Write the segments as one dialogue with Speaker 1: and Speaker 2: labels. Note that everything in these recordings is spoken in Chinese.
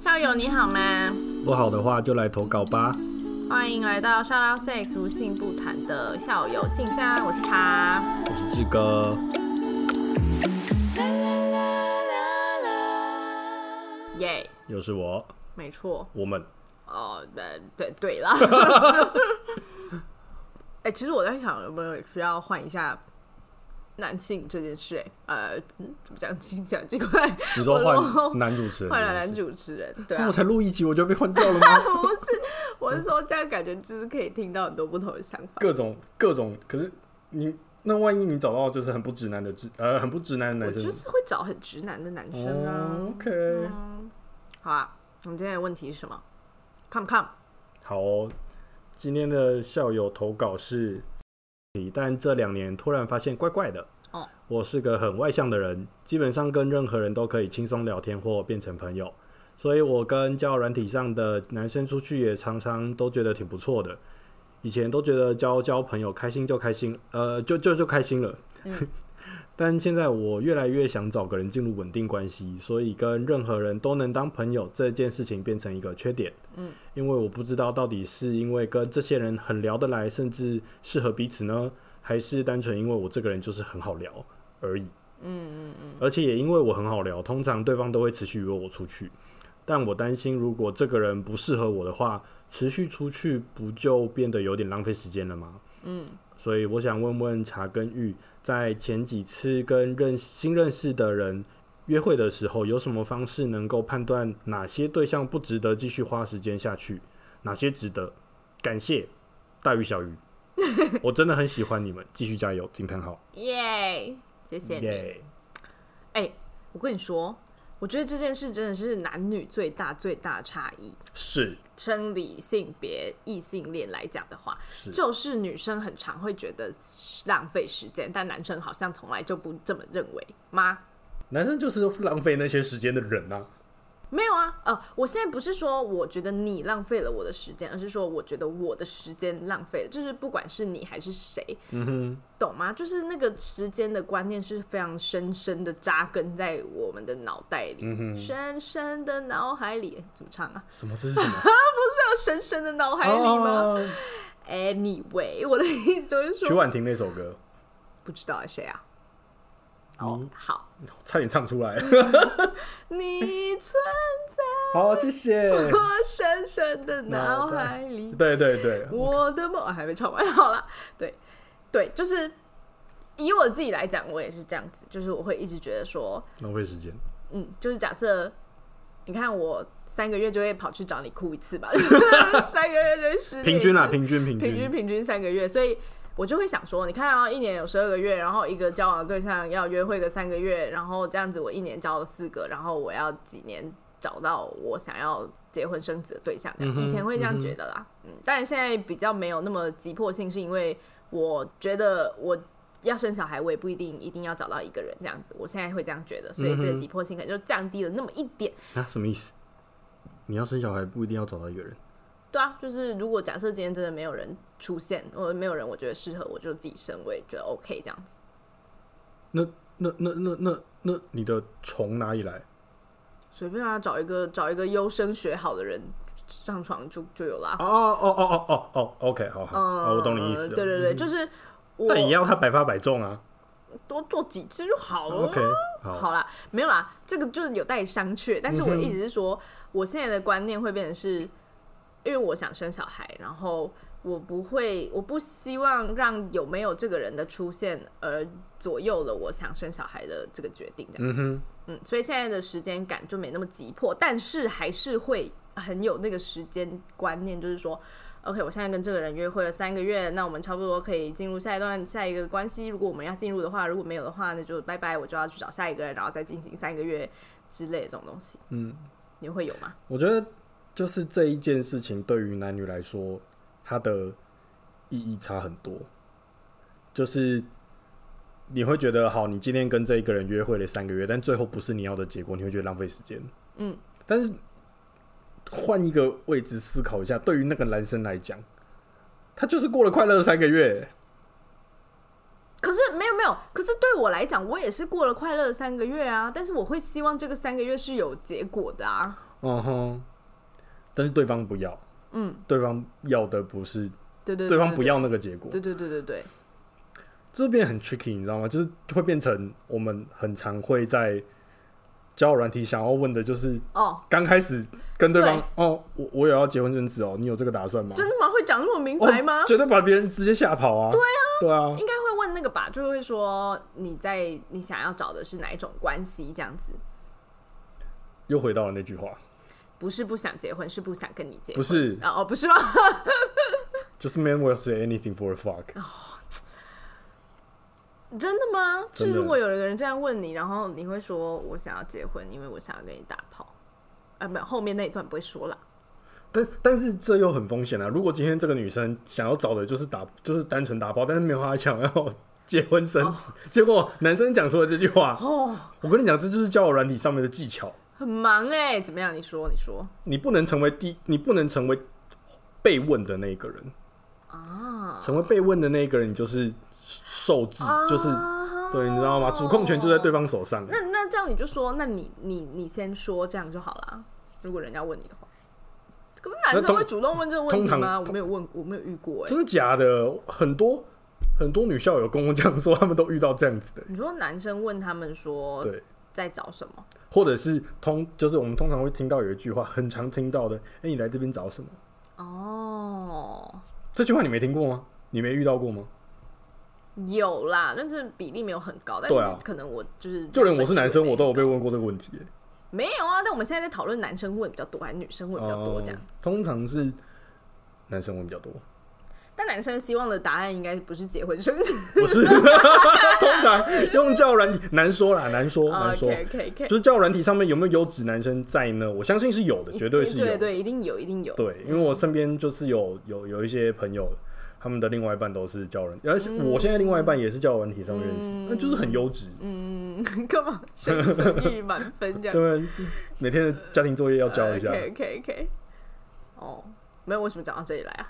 Speaker 1: 校友你好吗？
Speaker 2: 不好的话就来投稿吧。
Speaker 1: 欢迎来到 Shout Out Sex 无性不谈的校友信箱，我是他。
Speaker 2: 我是志哥，
Speaker 1: 耶、
Speaker 2: 又是我，
Speaker 1: 没错。
Speaker 2: 我们
Speaker 1: 哦，对对对啦。 哎、其实我在想有没有需要换一下男性这件事、哎，呃，嗯怎么讲？请讲尽快。
Speaker 2: 你说
Speaker 1: 我说
Speaker 2: 换男主持人，
Speaker 1: 换了男，主持人，对
Speaker 2: 那
Speaker 1: 啊
Speaker 2: 我。才录一集我就被换掉了吗？
Speaker 1: 不是，我是说这样感觉就是可以听到很多不同的想法。
Speaker 2: 各种各种，可是你那万一你找到就是很不直男的直呃很不直男的
Speaker 1: 我
Speaker 2: 男生，
Speaker 1: 就是会找很直男的男生啊。
Speaker 2: 哦，OK，、
Speaker 1: 好啊，我们今天的问题是什么？Come come，
Speaker 2: 好哦。今天的校友投稿是你，但这两年突然发现怪怪的。
Speaker 1: 哦
Speaker 2: 我是个很外向的人，基本上跟任何人都可以轻松聊天或变成朋友，所以我跟交友软体上的男生出去也常常都觉得挺不错的。以前都觉得交交朋友开心就开心，呃，就就就开心了。 但现在我越来越想找个人进入稳定关系，所以跟任何人都能当朋友这件事情变成一个缺点。
Speaker 1: 嗯
Speaker 2: 因为我不知道到底是因为跟这些人很聊得来，甚至适合彼此呢，还是单纯因为我这个人就是很好聊而已。嗯嗯嗯。而且也因为我很好聊，通常对方都会持续约我出去，但我担心如果这个人不适合我的话，持续出去不就变得有点浪费时间了吗？嗯。所以我想问问茶跟玉，在前几次跟认新认识的人约会的时候，有什么方式能够判断哪些对象不值得继续花时间下去，哪些值得？感谢大鱼小鱼， 我真的很喜欢你们，继续加油！惊叹号！
Speaker 1: 耶，谢谢你。哎
Speaker 2: 耶！
Speaker 1: 我跟你说，我觉得这件事真的是男女最大最大差异。
Speaker 2: 是
Speaker 1: 生理性别异性恋来讲的话，
Speaker 2: 是
Speaker 1: 就是女生很常会觉得浪费时间，但男生好像从来就不这么认为吗？
Speaker 2: 男生就是浪费那些时间的人啊，
Speaker 1: 没有啊，呃，我现在不是说我觉得你浪费了我的时间，而是说我觉得我的时间浪费了，就是不管是你还是谁，嗯哼，懂吗？就是那个时间的观念是非常深深的扎根在我们的脑袋里，深深的脑海里，怎么唱啊？
Speaker 2: 什么这是什 么？
Speaker 1: 要深深的脑海里吗、
Speaker 2: 哦
Speaker 1: a n y w a y 我的意思就是
Speaker 2: 曲
Speaker 1: 说，
Speaker 2: 婉婷那首歌，
Speaker 1: 不知道谁啊？哦，好，
Speaker 2: 差点唱出来。
Speaker 1: 你存在
Speaker 2: 好，谢谢。
Speaker 1: 我深深的 脑海里。
Speaker 2: 对对对，
Speaker 1: 我的梦、啊还没唱完， 好啦，对对，就是以我自己来讲，我也是这样子，就是我会一直觉得说，
Speaker 2: 浪费时间。
Speaker 1: 嗯，就是假设你看我三个月就会跑去找你哭一次吧， 三个月就会失恋
Speaker 2: 平均啊，
Speaker 1: 一次
Speaker 2: 平均平
Speaker 1: 平均
Speaker 2: 均。
Speaker 1: 平均三个月，所以我就会想说，你看啊，一年有十二个月，然后一个交往的对象要约会个三个月，然后这样子我一年交了四个，然后我要几年找到我想要结婚生子的对象，这样、
Speaker 2: 嗯哼
Speaker 1: 以前会这样觉得啦，嗯，当然现在比较没有那么急迫性，是因为我觉得我。要生小孩，我也不一定一定要找到一个人这样子，我现在会这样觉得，所以
Speaker 2: 嗯
Speaker 1: 这个急迫性可能就降低了那么一点。
Speaker 2: 啊，什么意思？你要生小孩不一定要找到一个人。
Speaker 1: 对啊，就是如果假设今天真的没有人出现，或者没有人我觉得适合，我就自己生，我也觉得 OK 这样子。
Speaker 2: 那那那那那那你的虫哪里来？
Speaker 1: 随便啊，找一个找一个优生学好的人上床就就有啦。
Speaker 2: 哦哦哦哦哦哦，OK，好好，
Speaker 1: 嗯，
Speaker 2: 哦我懂你意思了。嗯
Speaker 1: 对对对，就是我
Speaker 2: 但也要他百发百中啊。
Speaker 1: 多做几次就好了。
Speaker 2: OK，好，
Speaker 1: 哦好啦，没有啦，这个就是有待商榷。但是我的意思是说，我现在的观念会变成是，因为我想生小孩，然后我不会，我不希望让有没有这个人的出现而左右了我想生小孩的这个决定。这样，
Speaker 2: 嗯哼，
Speaker 1: 嗯，所以现在的时间感就没那么急迫，但是还是会很有那个时间观念，就是说，OK，我现在跟这个人约会了三个月，那我们差不多可以进入下一段下一个关系。如果我们要进入的话，如果没有的话，那就拜拜，我就要去找下一个人，然后再进行三个月之类的这种东西。嗯，你会有吗？
Speaker 2: 我觉得就是这一件事情对于男女来说，它的意义差很多。就是你会觉得，好，你今天跟这一个人约会了三个月，但最后不是你要的结果，你会觉得浪费时间。
Speaker 1: 嗯，
Speaker 2: 但是换一个位置思考一下，对于那个男生来讲，他就是过了快乐的三个月。
Speaker 1: 可是没有没有，有，可是对我来讲，我也是过了快乐的三个月啊。但是我会希望这个三个月是有结果的啊。
Speaker 2: 嗯哼，但是对方不要，
Speaker 1: 嗯，
Speaker 2: 对方要的不是，
Speaker 1: 对对
Speaker 2: 对方不，要那个结果，
Speaker 1: 对对对对对，
Speaker 2: 这变很 tricky，你知道吗？就是会变成我们很常会在交友软体想要问的，就是
Speaker 1: 哦，
Speaker 2: 刚开始跟对方
Speaker 1: 对
Speaker 2: 哦，我我也要结婚生子哦，你有这个打算吗？
Speaker 1: 真的吗？会讲那么明白吗
Speaker 2: 哦？绝对把别人直接吓跑啊！对啊，对啊，
Speaker 1: 应该会问那个吧，就会说你在你想要找的是哪一种关系这样子，
Speaker 2: 又回到了那句话，
Speaker 1: 不是不想结婚，是不想跟你结
Speaker 2: 不
Speaker 1: 婚。
Speaker 2: 是，
Speaker 1: 哦哦，不是吗？
Speaker 2: 就是 man will say anything for a
Speaker 1: 哦
Speaker 2: fuck。
Speaker 1: 真的吗？
Speaker 2: 真
Speaker 1: 是
Speaker 2: 的
Speaker 1: 如果有一个人这样问你，然后你会说我想要结婚，因为我想要跟你打炮。啊，没有，后面那一段不会说啦。
Speaker 2: 但但是这又很风险啊！如果今天这个女生想要找的就是打，就是单纯打炮，但是没有她想要结婚生子，结果男生讲出了这句话，
Speaker 1: 哦，
Speaker 2: 我跟你讲，这就是交友软体上面的技巧，
Speaker 1: 很忙哎、怎么样？你说，你说
Speaker 2: 你不能成为第，你不能成为被问的那一个人，
Speaker 1: 啊，
Speaker 2: 成为被问的那一个人，你就是受制，就是
Speaker 1: 啊
Speaker 2: 对，你知道吗？主控权就在对。方手上。
Speaker 1: 那那这样你就说，那你你你先说，这样就好啦。如果人家问你的话，可是男
Speaker 2: 那
Speaker 1: 生
Speaker 2: 通
Speaker 1: 会主动问这个问题
Speaker 2: 通
Speaker 1: 吗？
Speaker 2: 常
Speaker 1: 我没有问，我没有遇过哎、
Speaker 2: 真的假的？很多很多女校友跟我讲说，他们都遇到这样子的，
Speaker 1: 你说男生问他们说
Speaker 2: 对，
Speaker 1: 在找什么？
Speaker 2: 或者是通，就是我们通常会听到有一句话，很常听到的，哎、你来这边找什么？
Speaker 1: 哦，
Speaker 2: 这句话你没听过吗？你没遇到过吗？
Speaker 1: 有啦，但是比例没有很高，但
Speaker 2: 对啊
Speaker 1: 是可能我就是
Speaker 2: 就连我是男生，
Speaker 1: 没
Speaker 2: 我都有被问过这个问题、哎
Speaker 1: 没有啊。但我们现在在讨论男生问比较多，还是女生问比较多这样？
Speaker 2: 哦通常是男生问比较多，
Speaker 1: 但男生希望的答案应该不是结婚生子，
Speaker 2: 不 是？通常用交友软体难说啦，难说
Speaker 1: 哦
Speaker 2: 难说。
Speaker 1: OK OK OK，
Speaker 2: 就是交友软体上面有没有优质男生在呢？我相信是有的，绝对是有
Speaker 1: 对
Speaker 2: 的。
Speaker 1: 对，一嗯定有，一定有。
Speaker 2: 对，因为我身边就是有有有一些朋友，他们的另外一半都是教人，而且我现在另外一半也是教人体上认识，那、就是很优质。
Speaker 1: 嗯，干嘛生生育满分这样？
Speaker 2: 对，每天的家庭作业要交一下。
Speaker 1: OK OK OK。哦，没有，为什么讲到这里来啊？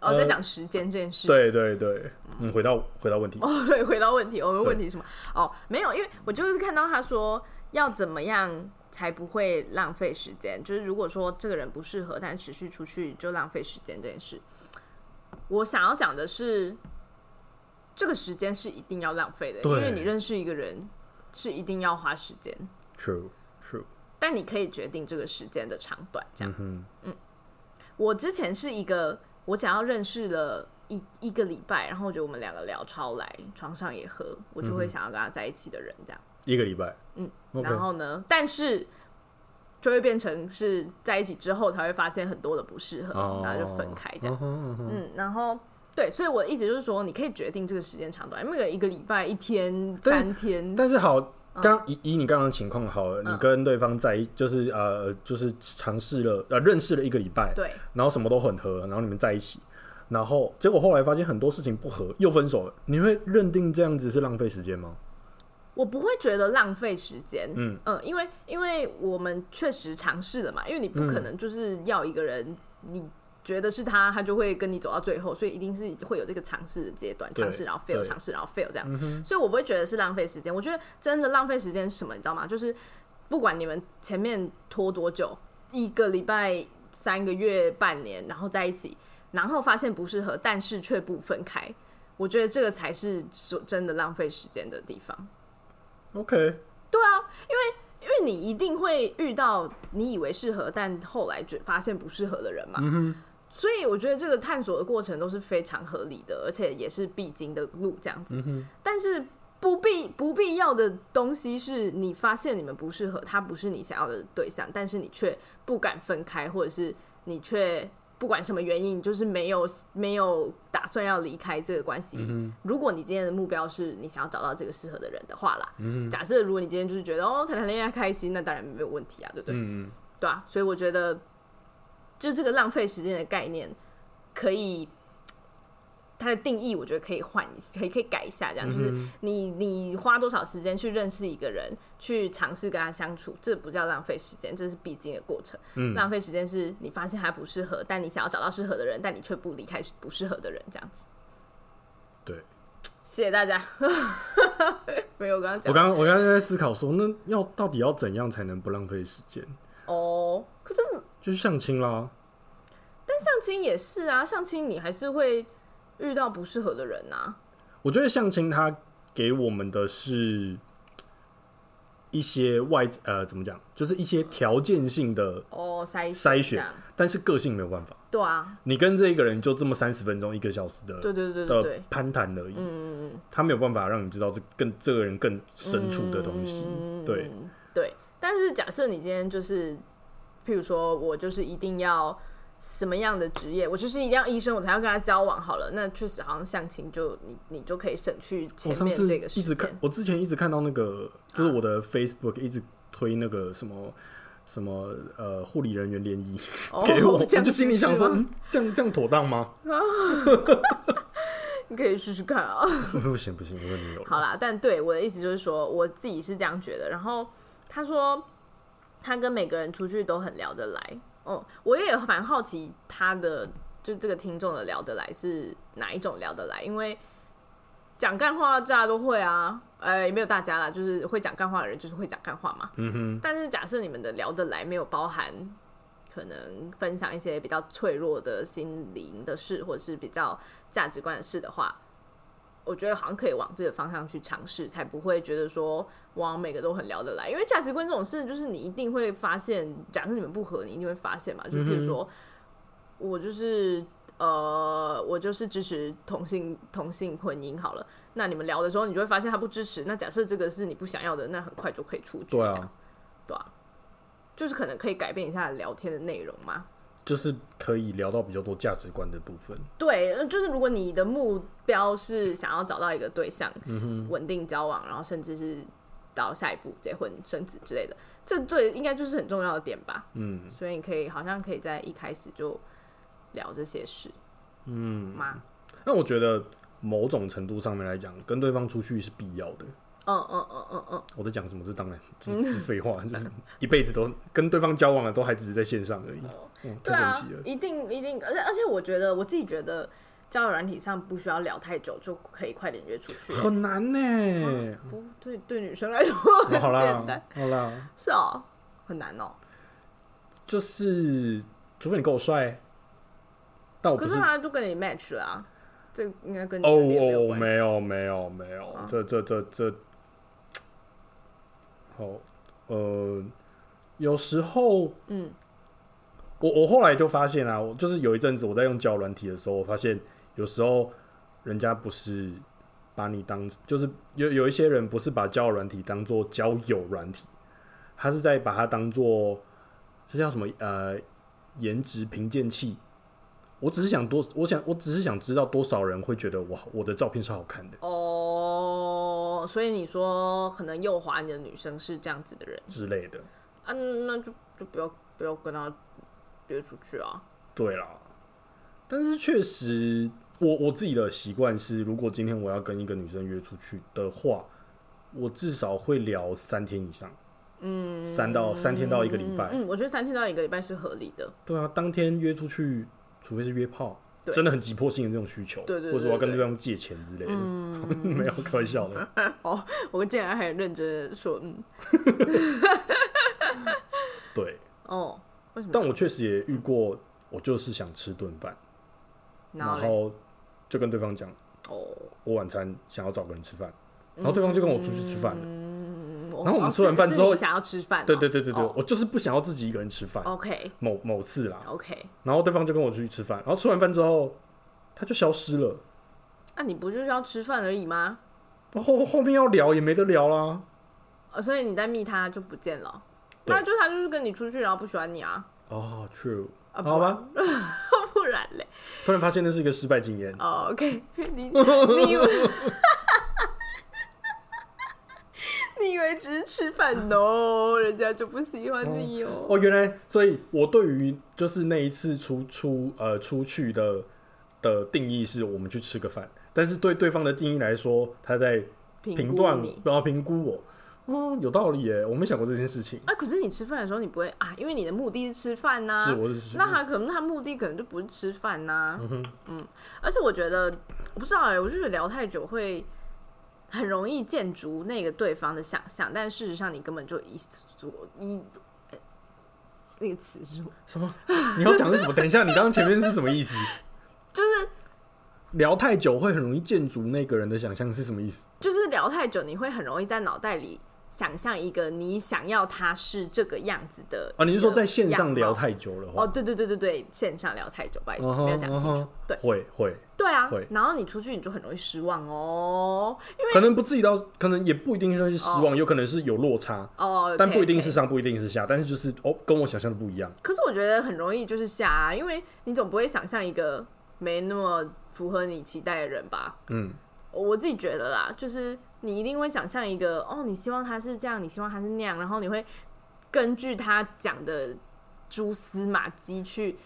Speaker 1: 哦，
Speaker 2: 呃
Speaker 1: 在讲时间这件事。
Speaker 2: 对对对，嗯，回到回到问题，
Speaker 1: 哦， 对，回到问题，我们
Speaker 2: 对
Speaker 1: 问题是什么？哦，没有，因为我就是看到他说要怎么样才不会浪费时间，就是如果说这个人不适合，但持续出去就浪费时间这件事，我想要讲的是，这个时间是一定要浪费的，因
Speaker 2: 对
Speaker 1: 为你认识一个人是一定要花时间，
Speaker 2: true true，
Speaker 1: 但你可以决定这个时间的长短，这样。
Speaker 2: 嗯哼，
Speaker 1: 我之前是一个，我想要认识了一一个礼拜，然后我觉得我们两个聊超来，床上也合，我就会想要跟他在一起的人这样。
Speaker 2: 一个礼拜，
Speaker 1: 嗯
Speaker 2: 嗯，OK，
Speaker 1: 然后呢，但是就会变成是在一起之后才会发现很多的不适合，
Speaker 2: 哦
Speaker 1: 然后就分开这样。
Speaker 2: 嗯哼嗯哼
Speaker 1: 嗯，然后。对，所以我的意思就是说，你可以决定这个时间长短，因为有一个礼拜、一天、
Speaker 2: 对
Speaker 1: 三天，
Speaker 2: 但是好，刚以以你刚刚的情况好了，你跟对方在一就是呃就是尝试了呃认识了一个礼拜，
Speaker 1: 对，
Speaker 2: 然后什么都很合，然后你们在一起，然后结果后来发现很多事情不合，又分手了。你会认定这样子是浪费时间吗？
Speaker 1: 我不会觉得浪费时间，
Speaker 2: 嗯
Speaker 1: 因为因为我们确实尝试了嘛，因为你不可能就是要一个人，你觉得是他，他就会跟你走到最后，所以一定是会有这个尝试的阶段，
Speaker 2: 对
Speaker 1: 尝试然后 fail，
Speaker 2: 对嗯
Speaker 1: 尝试然后 fail 这样，所以我不会觉得是浪费时间。我觉得真的浪费时间是什么，你知道吗？就是不管你们前面拖多久，一个礼拜、三个月、半年，然后在一起，然后发现不适合，但是却不分开。我觉得这个才是说真的浪费时间的地方。
Speaker 2: ？OK，
Speaker 1: 啊因为你一定会遇到你以为适合，但后来觉发现不适合的人嘛。所以我觉得这个探索的过程都是非常合理的，而且也是必经的路这样子。但是不必不必要的东西是你发现你们不适合，他不是你想要的对象，但是你却不敢分开，或者是你却不管什么原因，就是没有没有打算要离开这个关系。如果你今天的目标是你想要找到这个适合的人的话啦，
Speaker 2: 嗯
Speaker 1: 假设如果你今天就是觉得哦谈谈恋爱开心，那当然没有问题啊，对不对？
Speaker 2: 嗯，嗯
Speaker 1: 对啊，所以我觉得就这个浪费时间的概念，可以它的定义，我觉得可以换一下，可以可以改一下，这
Speaker 2: 嗯
Speaker 1: 样就是你你花多少时间去认识一个人，去尝试跟他相处，这不叫浪费时间，这是必经的过程。
Speaker 2: 嗯
Speaker 1: 浪费时间是你发现他不适合，但你想要找到适合的人，但你却不离开不适合的人，这样子。
Speaker 2: 对，
Speaker 1: 谢谢大家。 没有，我刚刚讲
Speaker 2: 我刚刚我刚刚在思考说，那要到底要怎样才能不浪费时间？
Speaker 1: 哦，可是
Speaker 2: 就是相亲啦，
Speaker 1: 但相亲也是啊，相亲你还是会遇到不适合的人啊。
Speaker 2: 我觉得相亲它给我们的是一些外呃怎么讲，就是一些条件性的，
Speaker 1: 哦，筛
Speaker 2: 筛
Speaker 1: 选这
Speaker 2: 选
Speaker 1: 样，
Speaker 2: 但是个性没有办法。
Speaker 1: 对啊，
Speaker 2: 你跟这一个人就这么三十分钟、一个小时的
Speaker 1: 对对对对
Speaker 2: 的
Speaker 1: 对，
Speaker 2: 攀谈而已，
Speaker 1: 嗯嗯嗯，
Speaker 2: 他没有办法让你知道这更这个人更深处的东西。
Speaker 1: 嗯
Speaker 2: 对，
Speaker 1: 对。但是假设你今天就是，譬如说我就是一定要什么样的职业，我就是一定要医生，我才要跟他交往好了。那确实好像相亲就你你就可以省去前
Speaker 2: 我上
Speaker 1: 面
Speaker 2: 次
Speaker 1: 这个
Speaker 2: 一
Speaker 1: 时
Speaker 2: 直
Speaker 1: 间
Speaker 2: 看，。我之前一直看到那个，就是我的 Facebook 一直推那个什么。什么呃护理人员联谊
Speaker 1: 哦
Speaker 2: 给我，我
Speaker 1: 这样
Speaker 2: 就心里想说，
Speaker 1: 子是吗
Speaker 2: 嗯这样这样妥当吗？
Speaker 1: 你 可以试试看啊。
Speaker 2: 不行不行，我有女友了。
Speaker 1: 好啦，但对我的意思就是说，我自己是这样觉得。然后他说，他跟每个人出去都很聊得来。嗯，我也蛮好奇他的，就这个听众的聊得来是哪一种聊得来，因为讲干话大家都会啊，呃，也没有大家啦，就是会讲干话的人就是会讲干话嘛。
Speaker 2: 嗯哼，
Speaker 1: 但是假设你们的聊得来没有包含可能分享一些比较脆弱的心灵的事，或者是比较价值观的事的话，我觉得好像可以往这个方向去尝试，才不会觉得说往每个都很聊得来。因为价值观这种事，就是你一定会发现，假设你们不合，你一定会发现嘛。就比如说，我就是呃，我就是支持同性同性婚姻好了。那你们聊的时候，你就会发现他不支持。那假设这个是你不想要的，那很快就可以出局。
Speaker 2: 对
Speaker 1: 这样
Speaker 2: 啊，
Speaker 1: 对啊，就是可能可以改变一下聊天的内容嘛。
Speaker 2: 就是可以聊到比较多价值观的部分。
Speaker 1: 对，呃就是如果你的目标是想要找到一个对象，
Speaker 2: 嗯
Speaker 1: 稳、定交往，然后甚至是到下一步结婚生子之类的，这对应该就是很重要的点吧。
Speaker 2: 嗯，
Speaker 1: 所以你可以好像可以在一开始就聊这些事，嗯吗？
Speaker 2: 那我觉得某种程度上面来讲，跟对方出去是必要的。
Speaker 1: 嗯嗯嗯嗯嗯，
Speaker 2: 我在讲什么？这当然这是这是 废话，就是一辈子都跟对方交往了，都还只是在线上而已。嗯，
Speaker 1: 对
Speaker 2: 太
Speaker 1: 啊
Speaker 2: 神奇了，。
Speaker 1: 一定一定，而且而且我觉得我自己觉得交友软体上不需要聊太久就可以快点约出去。
Speaker 2: 很难呢、
Speaker 1: 不对，对女生来说很
Speaker 2: 好
Speaker 1: 简单
Speaker 2: 啦，，好啦，
Speaker 1: 是哦，很难哦。
Speaker 2: 就是除非你够帅，但我不
Speaker 1: 可
Speaker 2: 是
Speaker 1: 是。啊他就跟你 match 了啊，这应该跟你
Speaker 2: 哦
Speaker 1: 的脸没有
Speaker 2: 哦，
Speaker 1: 关系啊
Speaker 2: 没有没有没有，这这这这，好，呃，有时候，嗯，我我后来就发现啊，我就是有一阵子我在用交友软体的时候，我发现有时候人家不是把你当，就是有有一些人不是把交友软体当做交友软体，他是在把它当做这叫什么呃颜值评鉴器。我只是想多，我想我只是想知道多少人会觉得哇，我的照片是好看的
Speaker 1: 哦。所以你说可能右滑你的女生是这样子的人
Speaker 2: 之类的。
Speaker 1: 啊，那就就不要不要跟他约出去啊。
Speaker 2: 对啦，但是确实，我我自己的习惯是，如果今天我要跟一个女生约出去的话，我至少会聊三天以上，嗯，三到三天到一个礼拜。
Speaker 1: 嗯，我觉得三天到一个礼拜是合理的。
Speaker 2: 对啊，当天约出去，除非是约炮，
Speaker 1: 对
Speaker 2: 真的很急迫性的这种需求，
Speaker 1: 对对对
Speaker 2: 或者说我要跟
Speaker 1: 对嗯
Speaker 2: 对方借钱之类的， 没有开玩笑的。
Speaker 1: 我竟然还很认真的说，嗯，
Speaker 2: 对，
Speaker 1: 哦，为什么？
Speaker 2: 但我确实也遇过，我就是想吃顿饭，
Speaker 1: 然后
Speaker 2: 然
Speaker 1: 嘞
Speaker 2: 后就跟对方讲，
Speaker 1: 哦，
Speaker 2: 我晚餐想要找个人吃饭，然后对方就跟我出去吃饭了。
Speaker 1: 嗯，
Speaker 2: 然后我们
Speaker 1: 哦
Speaker 2: 吃完饭
Speaker 1: 是
Speaker 2: 之后
Speaker 1: 是你想要吃饭哦，
Speaker 2: 对对对对对，
Speaker 1: 哦
Speaker 2: 我就是不想要自己一个人吃饭。
Speaker 1: ，OK
Speaker 2: 某某次啦，
Speaker 1: OK，
Speaker 2: 然后对方就跟我出去吃饭，然后吃完饭之后，他就消失了。
Speaker 1: 那啊你不就是要吃饭而已吗？
Speaker 2: 后后面要聊也没得聊啦。
Speaker 1: 呃，所以你在密他就不见了，
Speaker 2: 对
Speaker 1: 那就他就是跟你出去，然后不喜欢你啊，
Speaker 2: 哦、t r u e
Speaker 1: 啊
Speaker 2: 好吧，
Speaker 1: 不然嘞，
Speaker 2: 突然发现那是一个失败经验。
Speaker 1: 哦、o k 你 你以为 你以为只是吃饭，no，人家就不喜欢你哦。
Speaker 2: 哦，原来，所以我对于就是那一次出出呃出去的的定义是我们去吃个饭，但是对对方的定义来说，他在评
Speaker 1: 估
Speaker 2: 断
Speaker 1: 你
Speaker 2: 然后评估我，嗯，有道理耶，我没想过这件事情。
Speaker 1: 啊，可是你吃饭的时候你不会啊，因为你的目的是吃饭呐、
Speaker 2: 是，我是
Speaker 1: 那他可能他目的可能就不是吃嗯欸饭呐、嗯而且我觉得我不知道哎、我就觉得聊太久会很容易建筑那个对方的想象，但事实上你根本就一所一。呃那个词是什么
Speaker 2: 什么？ 你要讲的是什么？等一下，你刚刚前面是什么意思？
Speaker 1: 就是
Speaker 2: 聊太久会很容易建筑那个人的想象是什么意思？
Speaker 1: 就是聊太久，你会很容易在脑袋里想象一个你想要他是这个样子的
Speaker 2: 啊，你是说在线
Speaker 1: 样
Speaker 2: 上
Speaker 1: 貌
Speaker 2: 聊太久了？
Speaker 1: 哦，，对对对对对，线上聊太久，不好意思，
Speaker 2: 嗯哼
Speaker 1: 没有讲清
Speaker 2: 嗯
Speaker 1: 楚
Speaker 2: 哼。
Speaker 1: 对
Speaker 2: 会会，
Speaker 1: 对啊
Speaker 2: 会，
Speaker 1: 然后你出去你就很容易失望哦，因为
Speaker 2: 可能不至于到，可能也不一定算是失望，有可能是有落差，
Speaker 1: 哦，
Speaker 2: 但
Speaker 1: OK，
Speaker 2: 不一定
Speaker 1: OK
Speaker 2: 是上，不一定是下，但是就是哦，跟我想象的不一样。
Speaker 1: 可是我觉得很容易就是下、啊，因为你总不会想象一个没那么符合你期待的人吧？
Speaker 2: 嗯，
Speaker 1: 我自己觉得啦，就是你一定会想象一个哦，你希望他是这样，你希望他是那样，然后你会根据他讲的蛛丝马迹去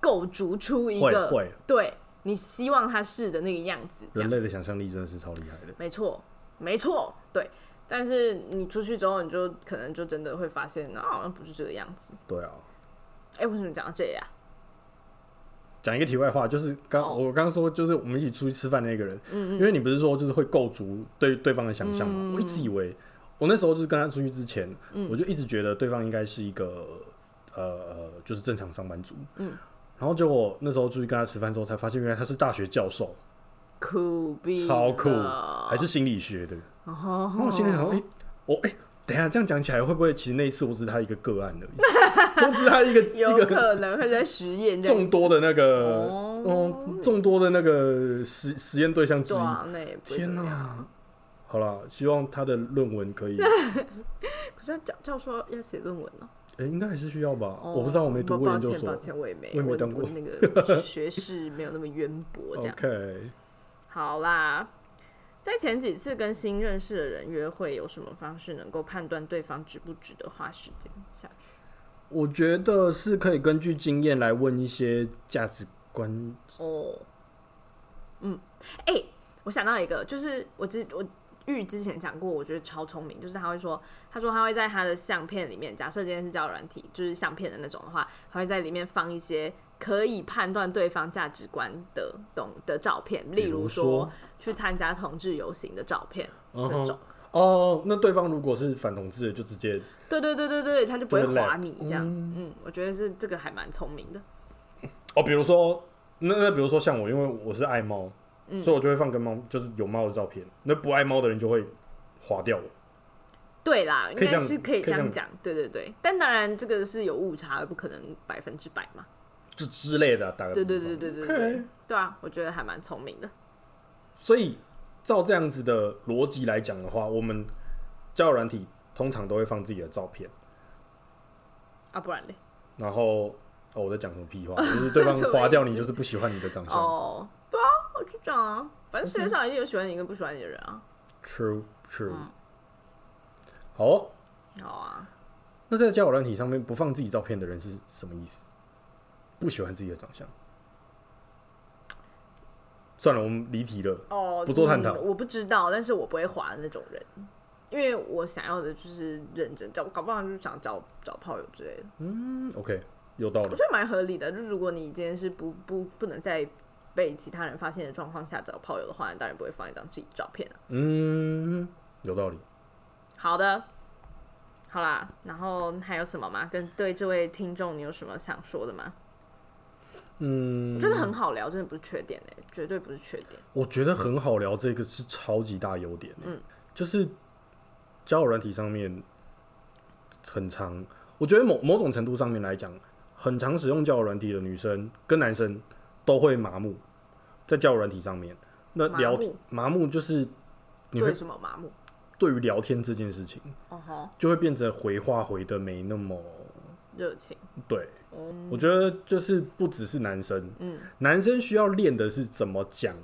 Speaker 1: 构筑出一
Speaker 2: 会
Speaker 1: 个
Speaker 2: 会，
Speaker 1: 对你希望他是的那个样子，这样
Speaker 2: 人类的想象力真的是超厉害的。
Speaker 1: 没错，没错，对。但是你出去之后，你就可能就真的会发现，啊，好像不是这个样子。
Speaker 2: 对啊，
Speaker 1: 哎、为什么讲到这里啊？
Speaker 2: 讲一个题外话，就是刚、
Speaker 1: 哦嗯
Speaker 2: 我刚刚说，就是我们一起出去吃饭那个人，因为你不是说就是会构筑对对方的想象吗？我一直以为，我那时候就是跟他出去之前，
Speaker 1: 嗯
Speaker 2: 我就一直觉得对方应该是一个呃呃，就是正常上班族，嗯，然后结果那时候出去跟他吃饭之后，才发现原来他是大学教授，
Speaker 1: 酷毙了，
Speaker 2: 超酷，还是心理学的。
Speaker 1: 哦，
Speaker 2: 然后我心里想说，哎、我哎、等一下这样讲起来，会不会其实那一次我只是他一个个案而已， 我只是他一个
Speaker 1: 有
Speaker 2: 一个
Speaker 1: 可能会在实验这样
Speaker 2: 众多的那个，
Speaker 1: 哦
Speaker 2: 嗯，众多的那个实实验对象之
Speaker 1: 对
Speaker 2: 一。
Speaker 1: 啊，那也不会怎
Speaker 2: 天
Speaker 1: 么
Speaker 2: 哪、
Speaker 1: 样。
Speaker 2: 好啦，希望他的论文 可以，
Speaker 1: 可是教教授要写论文哦、
Speaker 2: 哎、应该还是需要吧？
Speaker 1: 哦
Speaker 2: 我不知道，我没读过
Speaker 1: 抱
Speaker 2: 研究
Speaker 1: 歉
Speaker 2: 所
Speaker 1: 抱。歉，我也没，
Speaker 2: 我也没当过哦
Speaker 1: 我那个学识没有那么渊博， 这样。
Speaker 2: OK，
Speaker 1: 好啦，在前几次跟新认识的人约会，有什么方式能够判断对方值不值得花时间下去？
Speaker 2: 我觉得是可以根据经验来问一些价值观。
Speaker 1: 哦，嗯，哎、我想到一个，就是我之我玉之前讲过，我觉得超聪明，就是他会说，他说他会在他的相片里面，假设今天是交友软体，就是相片的那种的话，他会在里面放一些可以判断对方价值观的懂的照片，例
Speaker 2: 如
Speaker 1: 如
Speaker 2: 说
Speaker 1: 说去参加同志游行的照片、
Speaker 2: 嗯
Speaker 1: 这
Speaker 2: 哼
Speaker 1: 种。
Speaker 2: 哦，那对方如果是反同志的，就直接
Speaker 1: 对对对对对，他就不会
Speaker 2: 就会
Speaker 1: 划
Speaker 2: lag
Speaker 1: 你这样。嗯，我觉得是这个还蛮聪明的。
Speaker 2: 哦，比如说，那那比如说像我，因为我是爱猫，
Speaker 1: 嗯
Speaker 2: 所以我就会放跟猫就是有猫的照片。那不爱猫的人就会划掉我。
Speaker 1: 对啦，应
Speaker 2: 可以这
Speaker 1: 该
Speaker 2: 样
Speaker 1: 是可以
Speaker 2: 可以
Speaker 1: 这
Speaker 2: 这
Speaker 1: 样
Speaker 2: 样
Speaker 1: 讲，对对对。但当然，这个是有误差的，不可能百分之百嘛。
Speaker 2: 之之类的啊、打个
Speaker 1: 对对
Speaker 2: 比
Speaker 1: 对
Speaker 2: 方
Speaker 1: 对对
Speaker 2: OK
Speaker 1: 对，对啊，我觉得还蛮聪明的。
Speaker 2: 所以照这样子的逻辑来讲的话，我们交友软体通常都会放自己的照片，
Speaker 1: 啊，不然嘞？
Speaker 2: 然后哦我在讲什么 屁话，就是对方
Speaker 1: 什么意思
Speaker 2: 划掉你，就是不喜欢你的 长相。
Speaker 1: 哦，对啊，我就这样啊。反正世界上一定有喜欢你跟不喜欢你的人啊。
Speaker 2: True True。好哦、
Speaker 1: 好啊，
Speaker 2: 那在交友软体上面不放自己照片的人是什么意思？不喜欢自己的长相？算了，我们离题了。
Speaker 1: 哦，
Speaker 2: 不做探讨
Speaker 1: 嗯我不知道，但是我不会滑的那种人，因为我想要的就是认真找，搞不好就是想找找炮友之类的。
Speaker 2: 嗯，OK，有道
Speaker 1: 我
Speaker 2: 理。
Speaker 1: 觉得蛮合理的。就如果你今天是不不不能在被其他人发现的状况下找炮友的话，你当然不会放一张自己的照片啊、
Speaker 2: 嗯，有道理。
Speaker 1: 好的，好啦，然后还有什么吗？跟对这位听众，你有什么想说的吗？我
Speaker 2: 嗯，
Speaker 1: 觉得很好聊，真的不是缺点嘞、绝对不是缺点。
Speaker 2: 我觉得很好聊，这个是超级大优点。嗯，就是交友软体上面很长，我觉得某某种程度上面来讲，很常使用交友软体的女生跟男生都会麻木，在交友软体上面，那
Speaker 1: 麻
Speaker 2: 聊
Speaker 1: 木
Speaker 2: 天麻木就是你会
Speaker 1: 对什么麻木？
Speaker 2: 对于聊天这件事情，
Speaker 1: 哦吼，
Speaker 2: 就会变成回话回的没那么
Speaker 1: 热情。
Speaker 2: 对。
Speaker 1: 嗯
Speaker 2: 我觉得就是不只是男生，嗯，男生需要练的是怎么讲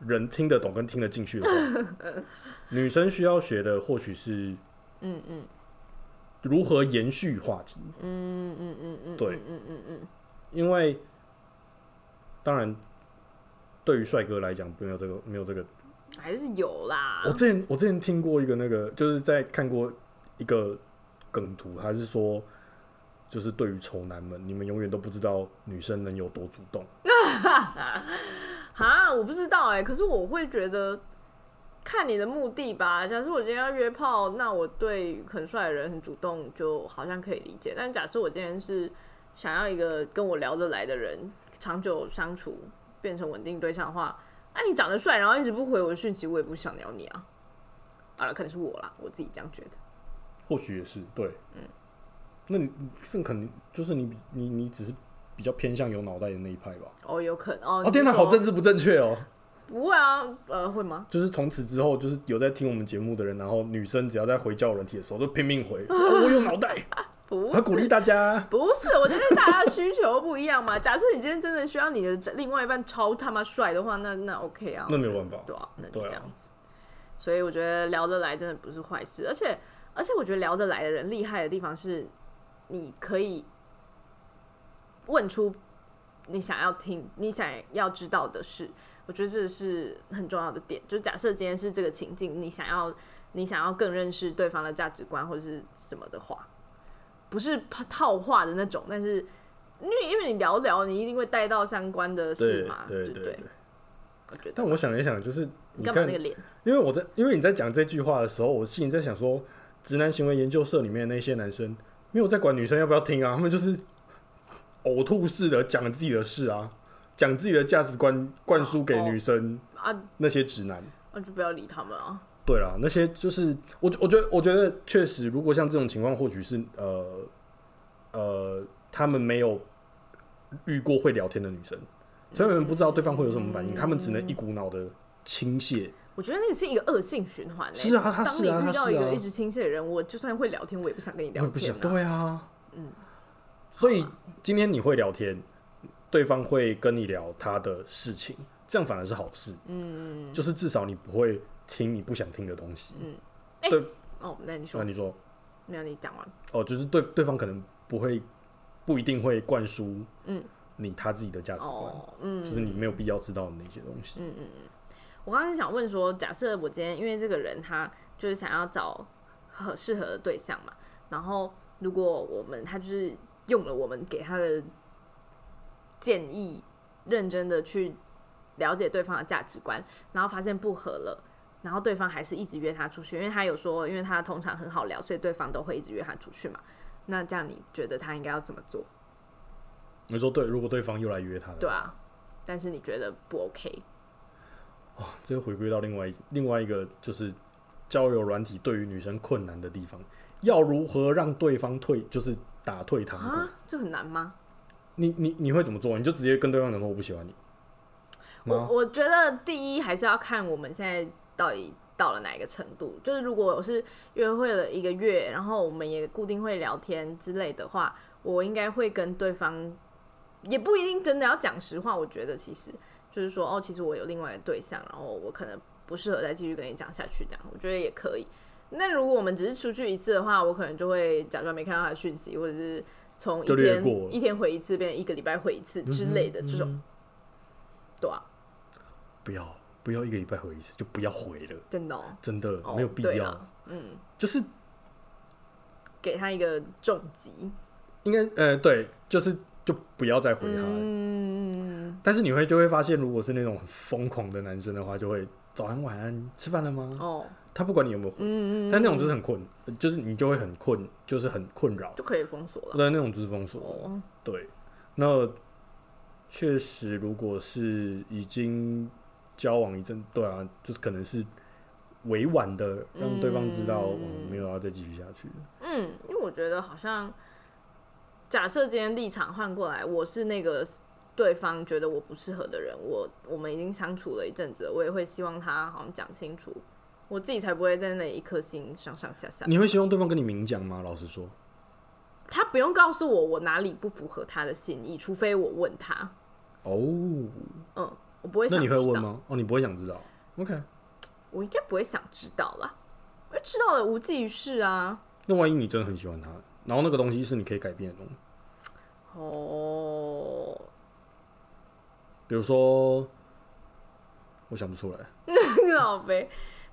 Speaker 2: 人听得懂跟听得进去的话， 女生需要学的或许是，嗯嗯，如何延续话题，
Speaker 1: 嗯嗯嗯嗯，
Speaker 2: 对
Speaker 1: 嗯嗯嗯嗯，
Speaker 2: 因为当然对于帅哥来讲没有这个没有这个
Speaker 1: 还是有啦
Speaker 2: 我。之前我之前听过一个那个，就是在看过一个梗图，他是说，就是对于丑男们，你们永远都不知道女生能有多主动。
Speaker 1: 欸哈，我不知道哎、可是我会觉得，看你的目的吧。假设我今天要约炮，那我对很帅的人很主动，就好像可以理解。但假设我今天是想要一个跟我聊得来的人，长久相处变成稳定对象的话，啊，你长得帅，然后一直不回我讯息，我也不想聊你啊。好了，可能是我啦，我自己这样觉得。
Speaker 2: 或许也是对，嗯，那你这肯定就是你你你只是比较偏向有脑袋的那一派吧？
Speaker 1: 哦，有可能哦。
Speaker 2: 哦，天
Speaker 1: 哪，
Speaker 2: 哪，好政治不正确哦！
Speaker 1: 不会啊，呃，会吗？
Speaker 2: 就是从此之后，就是有在听我们节目的人，然后女生只要在回教人体的时候，都拼 命回，说哦我有脑袋，
Speaker 1: 不
Speaker 2: 我要鼓励大家。
Speaker 1: 不是，我觉得大家的需求不一样嘛。 假设你今天真的需要你的另外一半超他妈帅的话，那那 OK 啊，
Speaker 2: 那没有办法
Speaker 1: 对啊，那就
Speaker 2: 对啊
Speaker 1: 这样子。所以我觉得聊得来真的不是坏事，而且而且我觉得聊得来的人厉害的地方是，你可以问出你想要听、你想要知道的事。我觉得这是很重要的点。就假设今天是这个情境，你想要你想要更认识对方的价值观或者是什么的话，不是套话的那种，但是因为因为你聊聊，你一定会带到相关的事嘛，
Speaker 2: 对
Speaker 1: 不
Speaker 2: 对。
Speaker 1: 我觉得
Speaker 2: 但我想了一想，就是
Speaker 1: 你
Speaker 2: 你
Speaker 1: 干嘛
Speaker 2: 看
Speaker 1: 那个，脸？
Speaker 2: 因为我在，因为你在讲这句话的时候，我心里在想说，直男行为研究社里面的那些男生，没有在管女生要不要听啊，他们就是呕吐式的讲自己的事啊，讲自己的价值观灌输给
Speaker 1: 哦
Speaker 2: 女生
Speaker 1: 啊，
Speaker 2: 那些直男。
Speaker 1: 那就不要理他们啊。
Speaker 2: 对啦，那些就是我我觉得我觉得确实，如果像这种情况，或许是呃呃，他们没有遇过会聊天的女生，所以他们不知道对方会有什么反应，他们只能一股脑的倾泻。
Speaker 1: 我觉得那个是一个恶性循环、欸。
Speaker 2: 是啊他
Speaker 1: 当
Speaker 2: 是
Speaker 1: 你
Speaker 2: 啊
Speaker 1: 遇
Speaker 2: 他
Speaker 1: 到
Speaker 2: 是
Speaker 1: 一个
Speaker 2: 啊
Speaker 1: 一直倾泻的人，我就算会聊天，我也不想跟你聊
Speaker 2: 我呃不
Speaker 1: 天、
Speaker 2: 想，
Speaker 1: 啊。
Speaker 2: 对啊，嗯，所以今天你会聊天，对方会跟你聊他的事情，这样反而是好事。嗯，就是至少你不会听你不想听的东西。
Speaker 1: 嗯哦，那你
Speaker 2: 那、
Speaker 1: 说，
Speaker 2: 你说，
Speaker 1: 没有你讲完。
Speaker 2: 哦，就是对对方可能不会，不一定会灌输，嗯，你他自己的价值观，
Speaker 1: 哦，嗯，
Speaker 2: 就是你没有必要知道的那些东西。
Speaker 1: 我刚刚是想问说，假设我今天因为这个人他就是想要找合适合的对象嘛，然后如果我们他就是用了我们给他的建议，认真的去了解对方的价值观，然后发现不合了。然后对方还是一直约他出去，因为他有说，因为他通常很好聊，所以对方都会一直约他出去嘛。那这样你觉得他应该要怎么做？
Speaker 2: 你说对，如果对方又来约他了，
Speaker 1: 对啊，但是你觉得不 OK？
Speaker 2: 这就回归到另外一另外一个就是交友软体对于女生困难的地方，要如何让对方退，就是打退堂鼓。
Speaker 1: 啊，这很难吗？
Speaker 2: 你你你会怎么做？你就直接跟对方讲说我不喜欢你。
Speaker 1: 我
Speaker 2: 吗
Speaker 1: 我觉得第一还是要看我们现在到底到了哪一个程度。就是如果我是约会了一个月，然后我们也固定会聊天之类的话，我应该会跟对方，也不一定真的要讲实话。我觉得其实就是说，哦，其实我有另外的对象，然后我可能不适合再继续跟你讲下去，这样我觉得也可以。那如果我们只是出去一次的话，我可能就会假装没看到他的讯息，或者是从一
Speaker 2: 就略
Speaker 1: 天
Speaker 2: 过
Speaker 1: 一天回一次，变成一个礼拜回一次之类的这种，对啊，
Speaker 2: 不要不要一个礼拜回一次，就不要回了，
Speaker 1: 真的、哦。
Speaker 2: 真的、
Speaker 1: 哦
Speaker 2: 没有必
Speaker 1: 对
Speaker 2: 要
Speaker 1: 啦。
Speaker 2: 嗯，就是
Speaker 1: 给他一个重击。
Speaker 2: 应该呃对，就是就不要再回他了。
Speaker 1: 嗯，
Speaker 2: 但是你会就会发现，如果是那种很疯狂的男生的话，就会早安晚安，吃饭了吗？
Speaker 1: 哦，
Speaker 2: 他不管你有没有回，
Speaker 1: 嗯，
Speaker 2: 嗯但那种就是很困，就是你就会很困，就是很困扰。
Speaker 1: 就可以封锁了。
Speaker 2: 对，那种就是封锁。
Speaker 1: 哦，
Speaker 2: 对，那确实，如果是已经交往一阵，对啊，就是可能是委婉的让对方知道，
Speaker 1: 嗯
Speaker 2: 我没有要再继续下去了。
Speaker 1: 嗯，因为我觉得好像，假设今天立场换过来，我是那个对方觉得我不适合的人，我我们已经相处了一阵子了，我也会希望他好像讲清楚，我自己才不会在那里一颗心上上下下。
Speaker 2: 你会希望对方跟你明讲吗？老实说，
Speaker 1: 他不用告诉我我哪里不符合他的心意，除非我问他。
Speaker 2: 哦，
Speaker 1: 嗯，我不会想
Speaker 2: 那
Speaker 1: 知
Speaker 2: 你
Speaker 1: 道。
Speaker 2: 会问吗？哦，你不会想知道。OK，
Speaker 1: 我应该不会想知道啦，因为知道了无济于事啊。
Speaker 2: 那万一你真的很喜欢他，然后那个东西是你可以改变的东西，
Speaker 1: 哦，
Speaker 2: 比如说，我想不出来。
Speaker 1: 很好呗。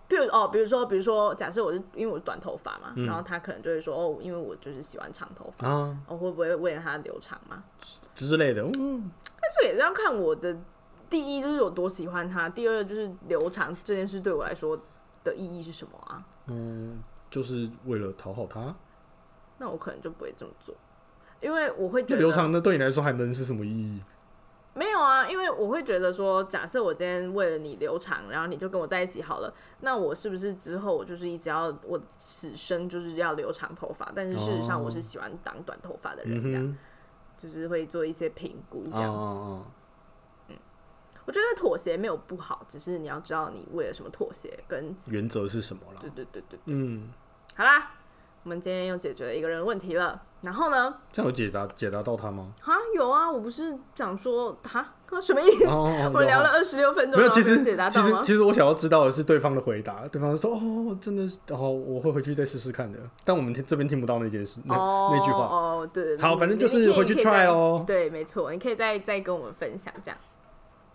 Speaker 1: 比如哦，比如说，比如说，假设我是因为我是短头发
Speaker 2: 嗯
Speaker 1: 嘛，然后他可能就会说哦，因为我就是喜欢长头发，
Speaker 2: 啊
Speaker 1: 我、会不会为了他留长嘛？
Speaker 2: 之类的，嗯，
Speaker 1: 但是也是要看我的第一就是有多喜欢他，第二就是留长这件事对我来说的意义是什么啊？
Speaker 2: 嗯，就是为了讨好他。
Speaker 1: 那我可能就不会这么做，因为我会觉
Speaker 2: 就
Speaker 1: 得
Speaker 2: 留长的对你来说还能是什么意义？
Speaker 1: 没有啊，因为我会觉得说，假设我今天为了你留长，然后你就跟我在一起好了，那我是不是之后我就是一直要我此生就是要留长头发？但是事实上
Speaker 2: 哦
Speaker 1: 我是喜欢长短头发的人，这样、
Speaker 2: 嗯
Speaker 1: 就是会做一些评估
Speaker 2: 哼，
Speaker 1: 啊这样子。
Speaker 2: 哦，
Speaker 1: 我觉得妥协没有不好，只是你要知道你为了什么妥协。跟
Speaker 2: 原则是什么啦
Speaker 1: 对？对对对，
Speaker 2: 嗯，
Speaker 1: 好啦，我们今天又解决了一个人的问题了。然后呢？
Speaker 2: 这样有解答解答到他 吗？
Speaker 1: 哈，有啊，我不是讲说哈什么意思？
Speaker 2: 哦
Speaker 1: 我聊了。二十六分钟，
Speaker 2: 没
Speaker 1: 然
Speaker 2: 有，
Speaker 1: 后
Speaker 2: 其实
Speaker 1: 解答
Speaker 2: 其
Speaker 1: 到
Speaker 2: 实
Speaker 1: 吗？
Speaker 2: 其实我想要知道的是对方的回答，对方说哦，真的是哦，我会回去再试试看的。但我们听这边听不到那件事，那、
Speaker 1: 哦
Speaker 2: 那句话。
Speaker 1: 哦，对对，对
Speaker 2: 好，反正
Speaker 1: 你
Speaker 2: 就是
Speaker 1: 你可以
Speaker 2: 回去
Speaker 1: 你可以再
Speaker 2: try 哦。
Speaker 1: 对，没错，你可以再再跟我们分享这样。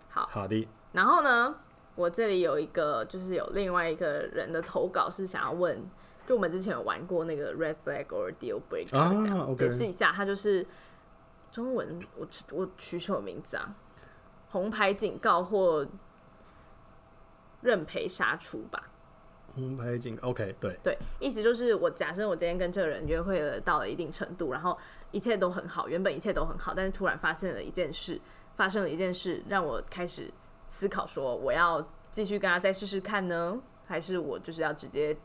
Speaker 1: 好，
Speaker 2: 好的，
Speaker 1: 然后呢，我这里有一个，就是有另外一个人的投稿是想要问，就我们之前有玩过那个 red flag or deal breaker
Speaker 2: 啊
Speaker 1: 这样、
Speaker 2: ，OK
Speaker 1: 解释一下，它就是中文我取我取什么名字啊？红牌警告或认赔杀出吧。
Speaker 2: 红牌警，OK，对，
Speaker 1: 对，意思就是我假设我今天跟这个人约会了到了一定程度，然后一切都很好，原本一切都很好，但是突然发现了一件事，发生了一件事，让我开始思考说我要继续跟他再试试看呢，还是我就是要直接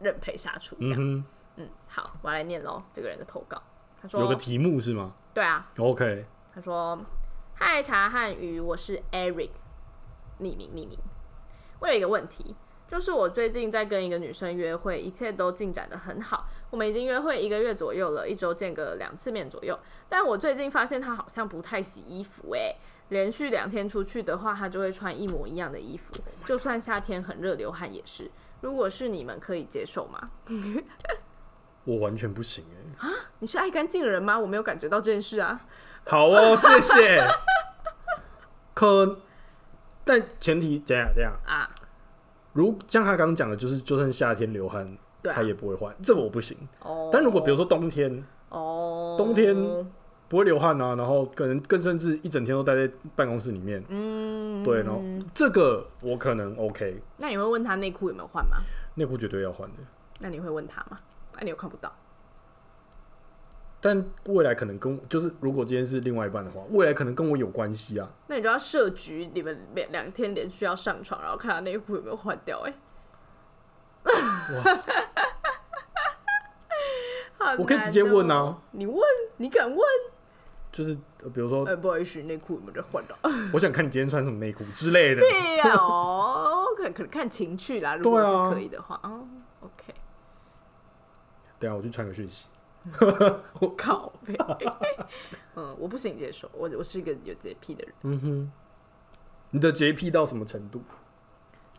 Speaker 1: 认赔杀出这
Speaker 2: 嗯
Speaker 1: 样？
Speaker 2: 哼，
Speaker 1: 嗯好，我要来念喽这个人的投稿，他
Speaker 2: 有个
Speaker 1: 说
Speaker 2: 题目是吗
Speaker 1: 对啊，
Speaker 2: ？OK，
Speaker 1: 他说：“嗨，茶汉语，我是 Eric，匿名匿名。我有一个问题，就是我最近在跟一个女生约会，一切都进展的很好，我们已经约会一个月左右了，一周见个两次面左右。但我最近发现她好像不太洗衣服、欸，连续两天出去的话，她就会穿一模一样的衣服，就算夏天很热，流汗也是。如果是你们可以接受吗？
Speaker 2: 我完全不行哎、
Speaker 1: 你是爱干净的人吗？我没有感觉到这件事啊。
Speaker 2: 好哦，谢 谢。可，但前提怎样怎样？
Speaker 1: 啊，
Speaker 2: 如像他刚刚讲的，就是就算夏天流汗，
Speaker 1: 对啊
Speaker 2: 他也不会换，这个我不行。
Speaker 1: 哦，
Speaker 2: 但如果比如说冬天
Speaker 1: 哦，
Speaker 2: 冬天不会流汗啊，然后可能更甚至一整天都待在办公室里面，
Speaker 1: 嗯，
Speaker 2: 对，然后这个我可能 OK，
Speaker 1: 那你会问他内裤有没有换吗？
Speaker 2: 内裤绝对要换的，
Speaker 1: 那你会问他吗？那、你又看不到，
Speaker 2: 但未来可能跟就是如果今天是另外一半的话，未来可能跟我有关系啊。
Speaker 1: 那你就要设局，你们两两天连续要上床，然后看他内裤有没有换掉、欸。 哎，
Speaker 2: 我可以直接问啊，
Speaker 1: 你问，你敢问？
Speaker 2: 就是呃比如说
Speaker 1: 哎、，不好意思，内裤有没有在 换的？
Speaker 2: 我想看你今天穿什么内裤之类的。
Speaker 1: 对呀、哦，可可能看情趣啦，如果
Speaker 2: 对啊
Speaker 1: 是可以的话，哦，OK，
Speaker 2: 对啊，我去传个讯息。
Speaker 1: 我靠背，嗯，我不行接受，我我是一个有洁癖的人。
Speaker 2: 嗯哼，你的洁癖到什么程度？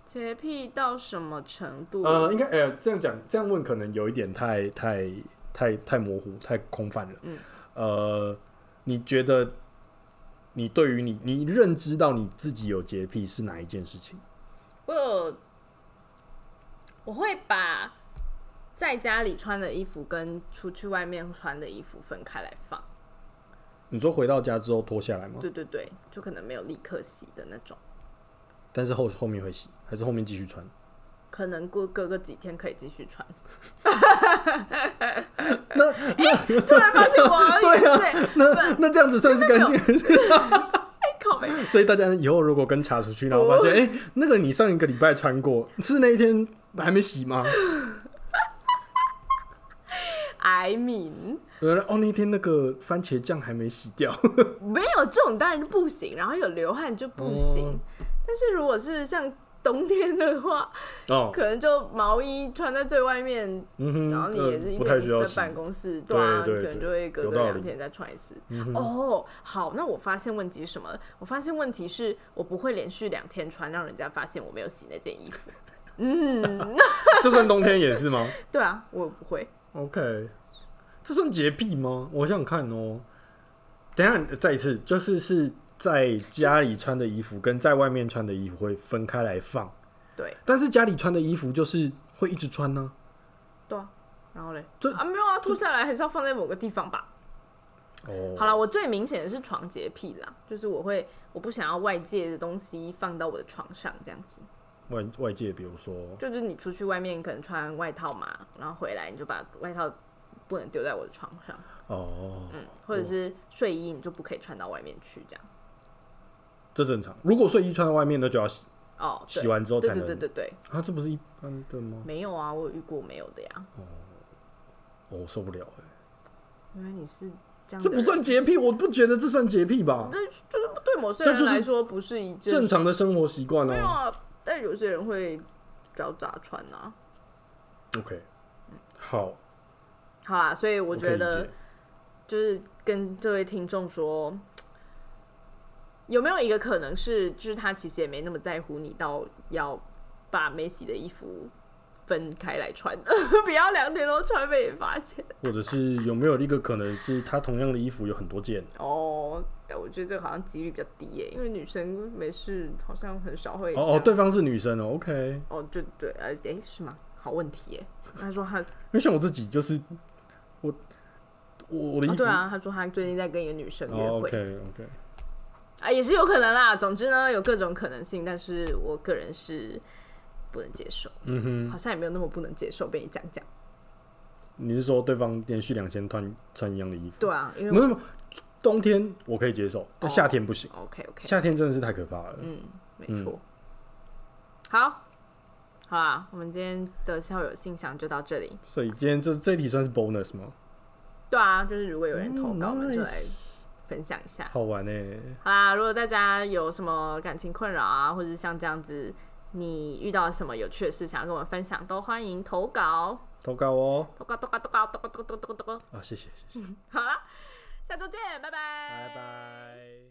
Speaker 1: 洁癖到什么程度？
Speaker 2: 呃，应该呃，这样讲这样问可能有一点太太太太模糊、太空泛了。
Speaker 1: 嗯，
Speaker 2: 呃，你觉得你对于你你认知到你自己有洁癖是哪一件事情？
Speaker 1: 我有，我会把在家里穿的衣服跟出去外面穿的衣服分开来放。
Speaker 2: 你说回到家之后脱下来吗？
Speaker 1: 对对对，就可能没有立刻洗的那种，
Speaker 2: 但是后后面会洗，还是后面继续穿？
Speaker 1: 可能过隔个几天可以继续穿。 哎那、突然发现我好 像也是、欸，
Speaker 2: 啊那那这样子算是干净还是？
Speaker 1: 哎、靠背，
Speaker 2: 所以大家以后如果跟茶出去，然后发 现哎、诶那个你上一个礼拜穿过，是那一天还没洗吗？
Speaker 1: I mean。
Speaker 2: 原来哦，那天那个番茄酱还没洗掉。
Speaker 1: 没有这种当然就不行，然后有流汗就不行。但是如果是像冬天的话，
Speaker 2: 哦，
Speaker 1: 可能就毛衣穿在最外面，
Speaker 2: 嗯哼，
Speaker 1: 然后你也是
Speaker 2: 呃
Speaker 1: 因
Speaker 2: 不太需要
Speaker 1: 为在
Speaker 2: 洗。
Speaker 1: 办公室，对啊，
Speaker 2: 对对
Speaker 1: 可能就会隔
Speaker 2: 有
Speaker 1: 个
Speaker 2: 道理嗯
Speaker 1: 两天再穿一次。哦，好，那我发现问题是什么了？我发现问题是我不会连续两天穿，让人家发现我没有洗那件衣服。
Speaker 2: 就算冬天也是吗
Speaker 1: 对啊，我不会。
Speaker 2: ？OK，这算洁癖吗？我想想看哦。等一下，再一次，就是是在家里穿的衣服跟在外面穿的衣服会分开来放，
Speaker 1: 对
Speaker 2: 但是家里穿的衣服就是会一直穿呢、
Speaker 1: 对啊，然后嘞
Speaker 2: 这，
Speaker 1: 啊没有啊，脱下来还是要放在某个地方吧。
Speaker 2: 哦，
Speaker 1: 好了，我最明显的是床洁癖啦，就是我会我不想要外界的东西放到我的床上这样子。
Speaker 2: 外外界，比如说，
Speaker 1: 就是你出去外面可能穿外套嘛，然后回来你就把外套不能丢在我的床上，
Speaker 2: 哦，
Speaker 1: 嗯，或者是睡衣你就不可以穿到外面去这样。
Speaker 2: 这正常。如果睡衣穿在外面，那就要洗，
Speaker 1: 哦，对
Speaker 2: 洗完之后
Speaker 1: 对
Speaker 2: 才
Speaker 1: 对
Speaker 2: 能。
Speaker 1: 对对对，
Speaker 2: 啊，这不是一般的吗？
Speaker 1: 没有啊，我有遇过没有的呀，
Speaker 2: 哦我受不了哎、
Speaker 1: 原来你是这样
Speaker 2: 这
Speaker 1: 的人，
Speaker 2: 不算洁癖，我不觉得这算洁癖吧？
Speaker 1: 对某些
Speaker 2: 这
Speaker 1: 人
Speaker 2: 就是
Speaker 1: 来说不是一件
Speaker 2: 正常的生活习惯
Speaker 1: 没有
Speaker 2: 哦。
Speaker 1: 啊，但有些人会比较杂穿啊。
Speaker 2: OK，好，
Speaker 1: 好啦，所以我
Speaker 2: 可以
Speaker 1: 觉
Speaker 2: 理
Speaker 1: 得
Speaker 2: 解
Speaker 1: 就是跟这位听众说，有没有一个可能是，就是他其实也没那么在乎你，到要把没洗的衣服分开来穿， 不要两天都穿被人发现。
Speaker 2: 或者是有没有一个可能是他同样的衣服有很多件？
Speaker 1: 哦，但我觉得这个好像几率比较低耶，因为女生没事好像很少会
Speaker 2: 哦哦，
Speaker 1: 这样
Speaker 2: 对方是女生哦，OK。因
Speaker 1: 哦对对，哎、诶是吗？好问题 耶。他说他
Speaker 2: 为像我自己就是我我我的衣
Speaker 1: 哦，
Speaker 2: 服
Speaker 1: 对啊，他说他最近在跟一个女生约
Speaker 2: 哦
Speaker 1: 会、
Speaker 2: ，OK OK，
Speaker 1: 啊，也是有可能啦。总之呢，有各种可能性，但是我个人是不能接受，
Speaker 2: 嗯哼，
Speaker 1: 好像也没有那么不能接受。被你讲讲，
Speaker 2: 你是说对方连续两天穿穿一样的衣服？
Speaker 1: 对啊，因
Speaker 2: 没
Speaker 1: 为
Speaker 2: 有，没有没有，冬天我可以接受，但夏天不行，
Speaker 1: OK OK，
Speaker 2: 夏天真的是太可怕了。
Speaker 1: 哦嗯，没错、好，好啦，我们今天的校友信箱就到这里。
Speaker 2: 所以今天这这一题算是 bonus 吗？
Speaker 1: 对啊，就是如果有人投稿，我们就
Speaker 2: 嗯 Nice
Speaker 1: 来分享一下。
Speaker 2: 好玩哎、
Speaker 1: 好啦，如果大家有什么感情困扰啊，或者是像这样子，你遇到什么有趣的事想要跟我们分享，都欢迎投稿。
Speaker 2: 投稿哦
Speaker 1: 咚嘎咚嘎咚嘎咚嘎咚咚咚咚咚。
Speaker 2: 啊，谢谢谢谢，
Speaker 1: 好了，下周见，拜拜，
Speaker 2: 拜拜。